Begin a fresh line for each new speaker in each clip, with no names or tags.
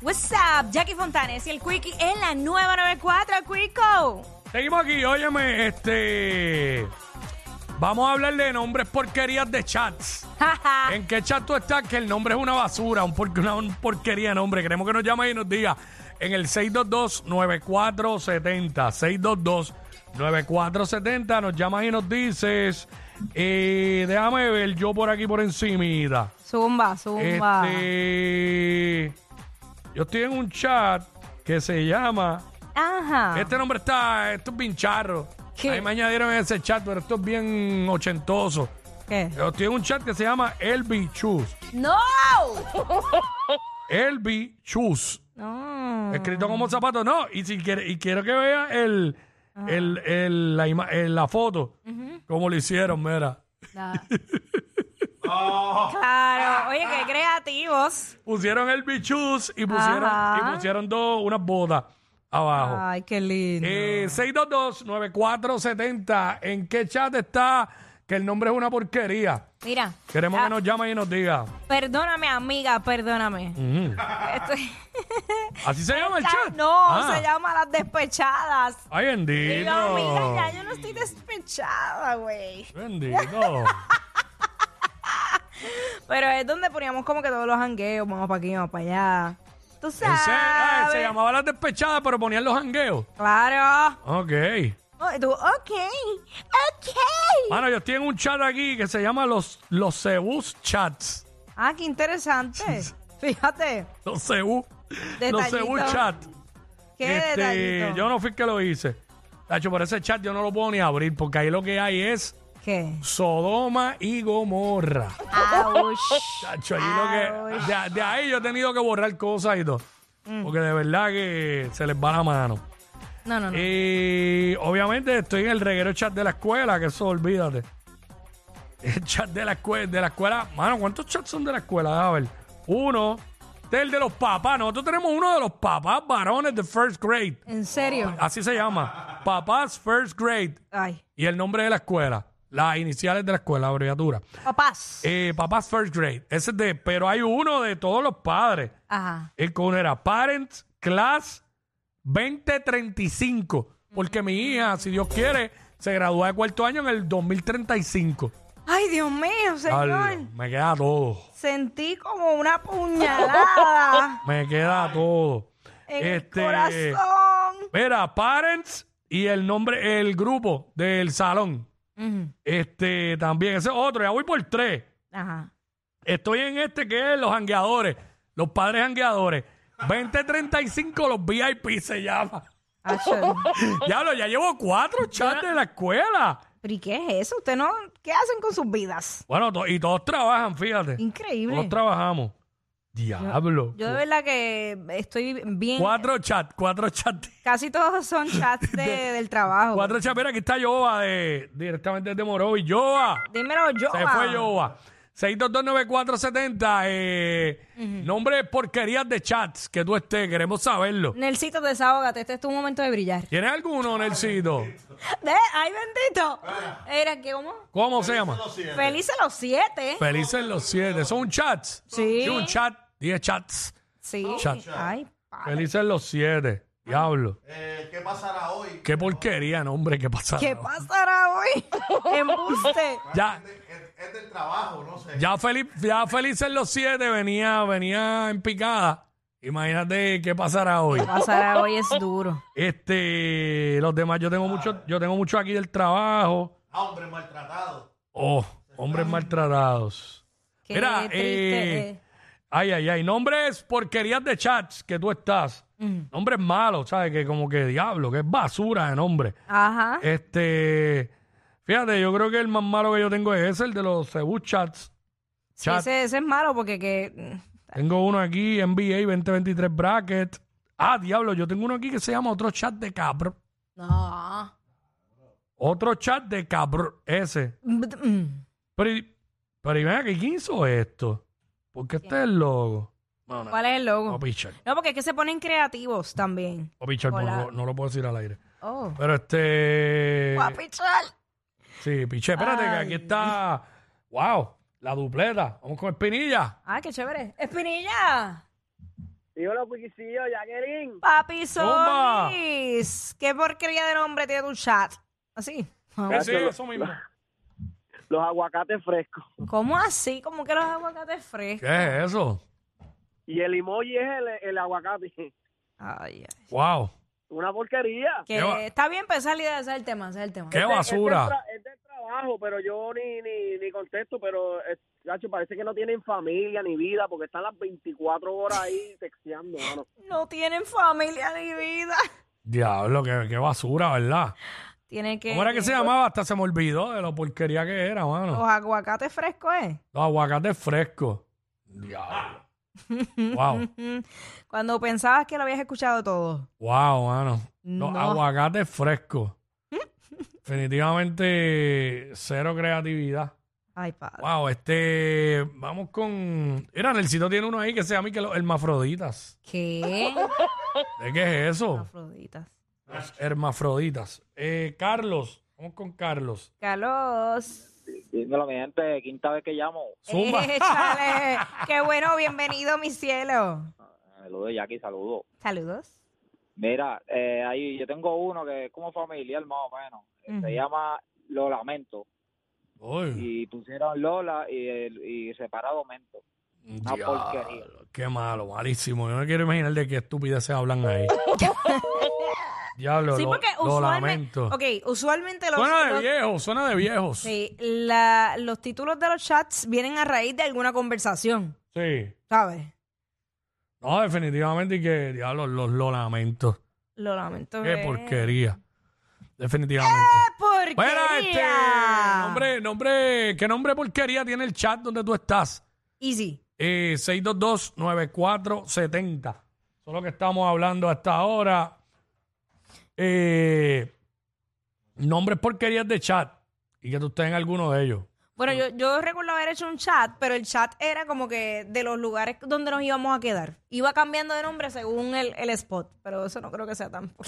What's up, Jackie Fontanes y el Quickie en la nueva 94, Quico.
Seguimos aquí, óyeme, este. Vamos a hablar de nombres porquerías de chats.
Jaja.
¿En qué chat tú estás? Que el nombre es una basura, un por- una un porquería de nombre. Queremos que nos llame y nos diga en el 622-9470. 622-9470. Nos llamas y nos dices. eh, déjame ver yo por aquí por encimita.
zumba, zumba.
Este, yo estoy en un chat que se llama.
Ajá.
Este nombre está. Esto es bien charro.
Ah. ¿Qué?
Ahí me añadieron en ese chat, pero esto es bien ochentoso.
¿Qué?
Yo estoy en un chat que se llama Elbi Chus.
¡No!
Elbi Chus.
No.
Escrito como zapato. No, y si quiere, y quiero que vea el,
Ah.
el, el- la, ima- el- la foto. Como lo hicieron, mira.
Claro. Oye, qué creativos.
Pusieron Elbi Chus y pusieron,
Ajá. Ah.
y pusieron dos, unas botas abajo.
Ay, qué lindo.
Oh. Eh, 622-9470. ¿En qué chat está? Que el nombre es una porquería.
Mira.
Queremos
ah,
que nos llame y nos diga.
Perdóname, amiga, perdóname.
Mm.
Estoy-
¿Así se llama el chat?
no,
Ah.
se llama las despechadas.
Ay,
Digo,
bendito.
amiga, ya yo no estoy despechada, güey.
Bendito.
Pero es donde poníamos como que todos los hangueos, vamos para aquí, vamos para allá. Tú
En
sabes.
serio, ah, se llamaba las despechadas, pero ponían los jangueos.
Claro.
Ok.
Oh, y tú, ok, ok.
Bueno, yo estoy en un chat aquí que se llama los, los Cebus Chats.
Ah, qué interesante. Fíjate,
Los Cebus. Los
Detallito.
Cebus Chats.
qué
Este,
detallito.
yo no fui el que lo hice. Tacho, por ese chat yo no lo puedo ni abrir porque ahí lo que hay es
¿Qué?
Sodoma y Gomorra.
Ouch.
Tacho, allí lo que-
Ouch.
de, de ahí yo he tenido que borrar cosas y todo. Porque de verdad que se les va la mano.
No, no, no.
Eh, Y obviamente estoy en el reguero chat de la escuela, que eso olvídate. El chat de la escuela, de la escuela. Mano, ¿cuántos chats son de la escuela? A ver. Uno. Este es el de los papás. Nosotros tenemos uno de los papás varones de first grade.
En serio.
Así se llama. Papás first grade.
Ay,
Y el nombre de la escuela. Las iniciales de la escuela, la abreviatura.
papás.
Eh, papás first grade. Ese es de. Pero hay uno de todos los padres.
Ajá.
El con era Parents Class 2035. Porque mi hija, si Dios quiere, se gradúa de cuarto año en el 2035.
Ay, Dios mío, señor.
Al- me queda todo.
Sentí como una puñalada
Me queda todo.
en
Este,
el corazón.
Mira, Parents y el nombre, el grupo del salón.
Ujú.
Este también, ese es otro. Ya voy por tres.
Ajá.
Estoy en este que es los hangueadores, los padres hangueadores. 2035 los VIP se llama.
Acho.
Diablo, ya llevo cuatro chats de la escuela.
¿Pero y qué es eso? ¿Usted no? ¿Qué hacen con sus vidas?
Bueno, to- y todos trabajan, fíjate.
Increíble.
Todos trabajamos. Diablo.
Yo de verdad que estoy bien.
cuatro chats, cuatro chats.
Casi todos son chats de- del trabajo.
Cuatro chats. Mira, aquí está Yoba de, directamente desde Morovis. Yoba.
Dímelo yo. ah,
Se
ma.
fue Yoba. 6229470. Eh, Nombre de porquerías de chats que tú estés. Queremos saberlo.
Nelsito, desahógate. Este es tu momento de brillar.
¿Tienes alguno, Nelsito?
De- ¡Ay, bendito! Ah. Era que como.
¿Cómo se llama?
Felices los siete.
Felices los siete. Son chats.
Sí.
un chat. Diez chats.
Sí.
Chat.
Ay, pa-
Felices los siete. Diablo.
Eh, ¿Qué pasará hoy?
Qué porquería, no, hombre, qué pasada.
¿Qué pasará hoy? Embuste.
Ya,
Es, es del trabajo, no sé.
ya, feliz, ya feliz en los siete venía, venía en picada. Imagínate qué pasará hoy.
Pasará hoy es duro.
Este, los demás, yo tengo mucho, yo tengo mucho aquí del trabajo.
Ah, hombre maltratado.
Oh, hombres maltratados.
Qué
Mira,
triste.
eh,
eh.
ay, ay, ay. Nombres porquerías de chats que tú estás.
Mm.
Nombres malos, ¿sabes? Que como que diablo, que es basura de nombre.
Ajá.
Este, fíjate, yo creo que el más malo que yo tengo es ese, el de los Cebu Chats.
Sí,
chat.
ese, ese es malo porque que.
Tengo uno aquí, NBA 2023 bracket. Ah, diablo, yo tengo uno aquí que se llama otro chat de cabro.
No.
Otro chat de cabro, ese.
Mm.
Pero, y- pero y ven acá, ¿quién hizo esto? Porque este es el logo. No, no,
¿Cuál es el
no,
logo?
pichar.
No, porque es que se ponen creativos también.
Oh, No, pichar, porque
Hola.
no, no lo puedo decir al aire.
Oh.
Pero este...
Guapichal.
Sí, piché, espérate, que aquí está... Wow, la dupleta. Vamos con Espinilla.
Ah, qué chévere. Espinilla.
Digo los cuiquicillos, Jacqueline.
Papi
Zumba.
Sonis. ¿Qué porquería de nombre tiene tu chat? ¿Así? Ah,
Eh, sí, eso mismo.
Los aguacates frescos.
¿Cómo así? ¿Cómo que los aguacates frescos?
¿Qué es eso?
Y el emoji es el, el aguacate.
Ay, ay.
Wow.
Una porquería.
Que
Qué va-
está bien pensar la idea, ese es el tema, ese Este, es el tema.
Qué
Es de- es del
basura.
tra- Es del trabajo, pero yo ni, ni, ni contesto, pero eh, gacho, parece que no tienen familia ni vida porque están las 24 horas ahí texteando, mano.
No tienen familia ni vida.
Diablo, qué, qué basura, ¿verdad?
Tiene que...
¿Cómo era que se llamaba? Hasta se me olvidó de lo porquería que era, mano.
Los aguacates frescos, ¿eh?
Los aguacates frescos. Diablo. wow,
Mm. Cuando pensabas que lo habías escuchado todo.
wow, mano. Los
No.
aguacates frescos. Definitivamente cero creatividad.
Ay, padre.
Wow, este. Vamos con. Mira, en el sitio tiene uno ahí que se llama que los hermafroditas.
¿Qué?
¿De qué es eso?
Afroditas.
Hermafroditas. Eh, Carlos, vamos con Carlos.
Carlos.
Dímelo, mi gente, quinta vez que llamo.
Zumba.
Eh. Échale. Qué bueno, bienvenido, mi cielo.
Saludos, Jackie, saludos.
Saludos.
Mira, eh, ahí yo tengo uno que es como familiar más o menos.
Ujú.
Se llama Lo Lamento.
Uy,
Y pusieron Lola y, el- y separado Mento. una
diablo,
porquería.
Qué malo, malísimo. Yo no quiero imaginar de qué estupideces hablan ahí. Diablo,
Sí,
lo,
porque
lo
usualmente.
lamento.
Ok, usualmente los.
Suena de
los-
viejos, suena de viejos. Sí.
sí, la- los títulos de los chats vienen a raíz de alguna conversación, ¿sabes?
No, definitivamente y que, diablo, los lo lamento.
Lo lamento.
Qué
eh.
porquería. Definitivamente.
¡Qué porquería!
Bueno, este. Nombre, nombre, ¿Qué nombre porquería tiene el chat donde tú estás?
Easy.
Eh, 622-9470. Eso es lo que estamos hablando hasta ahora. Eh, nombres porquerías de chat. Y que tú estés en alguno de ellos.
Bueno, yo, yo recuerdo haber hecho un chat, pero el chat era como que de los lugares donde nos íbamos a quedar. Iba cambiando de nombre según el, el spot, pero eso no creo que sea tan...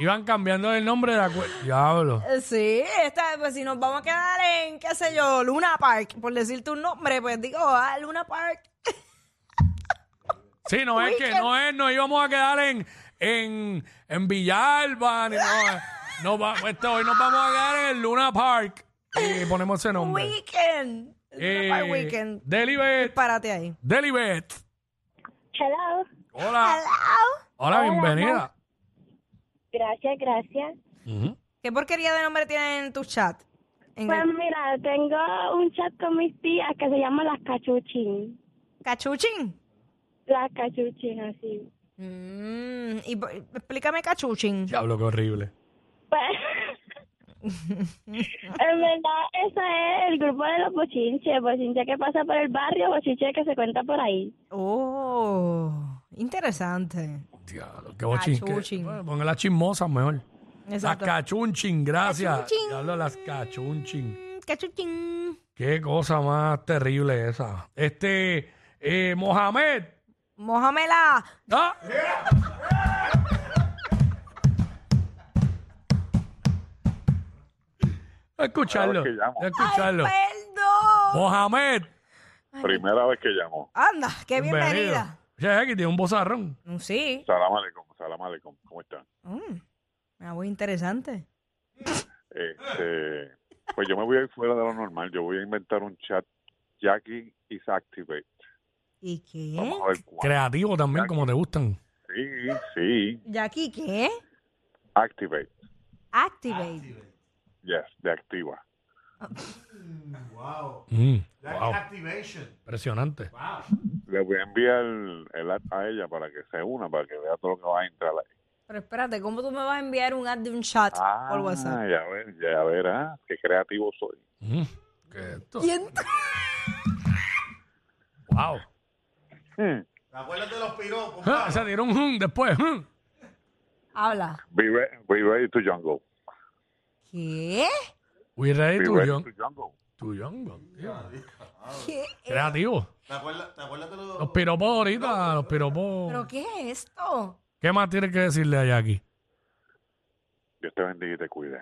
Iban cambiando el nombre de acuerdo. Diablo.
Sí, esta, pues si nos vamos a quedar en, qué sé yo, Luna Park, por decirte un nombre, pues digo, ah, Luna Park.
Sí, no es que no es, nos íbamos a quedar en, en, en Villalba. ni- no, no va- este, hoy nos vamos a quedar en el Luna Park. Y ponemos ese nombre.
Weekend.
Eh,
Luna Park Weekend.
Delibet.
Párate ahí.
Delibet.
Hello.
Hola.
Au.
Hola, bienvenida.
Gracias, gracias.
Ujú.
¿Qué porquería de nombre tienen en tu chat? En
Pues
el-
mira, tengo un chat con mis tías que se llama Las Cachuchín.
¿Cachuchín?
Las Cachuchín, así.
Mm, y, po- explícame Cachuchín.
Diablo, qué horrible.
Pues, en verdad, ese es el grupo de los bochinches. Bochinche que pasa por el barrio, bochinche que se cuenta por ahí.
Oh, interesante.
Diablo, qué bochin.
Cachuchin.
Bueno, pongan las chismosas mejor.
Exacto.
Las cachunchin, gracias.
Cachuchin.
Diablo, las cachunchin.
Mm, Cachuchín.
Qué cosa más terrible esa. Este, eh, Mohamed.
Mójamela.
Ah. A Escucharlo.
Ahora que llamo.
a Escucharlo.
Perdón.
Mohamed.
Primera vez que llamo.
Anda, qué bienvenida.
Ya que tiene un bozarrón.
Mm, Sí.
Salam aleikum, salam aleikum. ¿Cómo están?
Mm, una voz interesante.
Este, pues yo me voy a ir fuera de lo normal. Yo voy a inventar un chat. Jackie is activate.
¿Y qué?
Vamos a ver cuál.
Creativo también, como te gustan.
Sí, sí.
¿Jackie qué?
Activate.
Activate.
Yes, de activa.
Wow.
Mm,
Jackie
wow,
Activation.
impresionante.
Wow.
Le voy a enviar el ad a ella para que se una, para que vea todo lo que va a entrar ahí.
Pero espérate, ¿cómo tú me vas a enviar un ad de un chat por WhatsApp?
Ah, ya ver, ya verás. Qué creativo soy.
Mm, ¿qué es esto?
Y ent-
Wow.
Hmm.
¿Te acuerdas de los piropos?
Ah,
Pablo?
Se dieron un hum después. mm. hum.
Habla.
Be, re- be ready to jungle.
¿Qué?
We ready
Be
to
ready
young.
to jungle.
to young, bro, tío.
¿Qué?
Creativo.
¿Te acuerdas, ¿Te acuerdas de los,
Los piropos ahorita, los
¿Pero
piropos.
qué es esto?
¿Qué más tienes que decirle a Jackie?
Dios te bendiga y te cuide.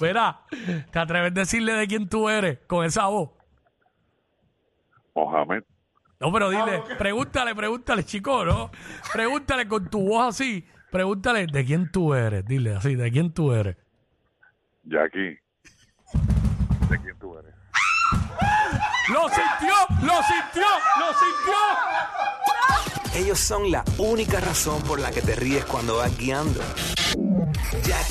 Verá, ¿te atreves a decirle de quién tú eres con esa voz?
Mohamed.
No, pero dile, pregúntale, pregúntale, chico, ¿no? Pregúntale con tu voz así. Pregúntale, ¿de quién tú eres? Dile así, ¿de quién tú eres?
Jackie, ¿de quién tú eres?
¡Lo sintió! ¡Lo sintió! ¡Lo sintió!
Ellos son la única razón por la que te ríes cuando vas guiando. Jackie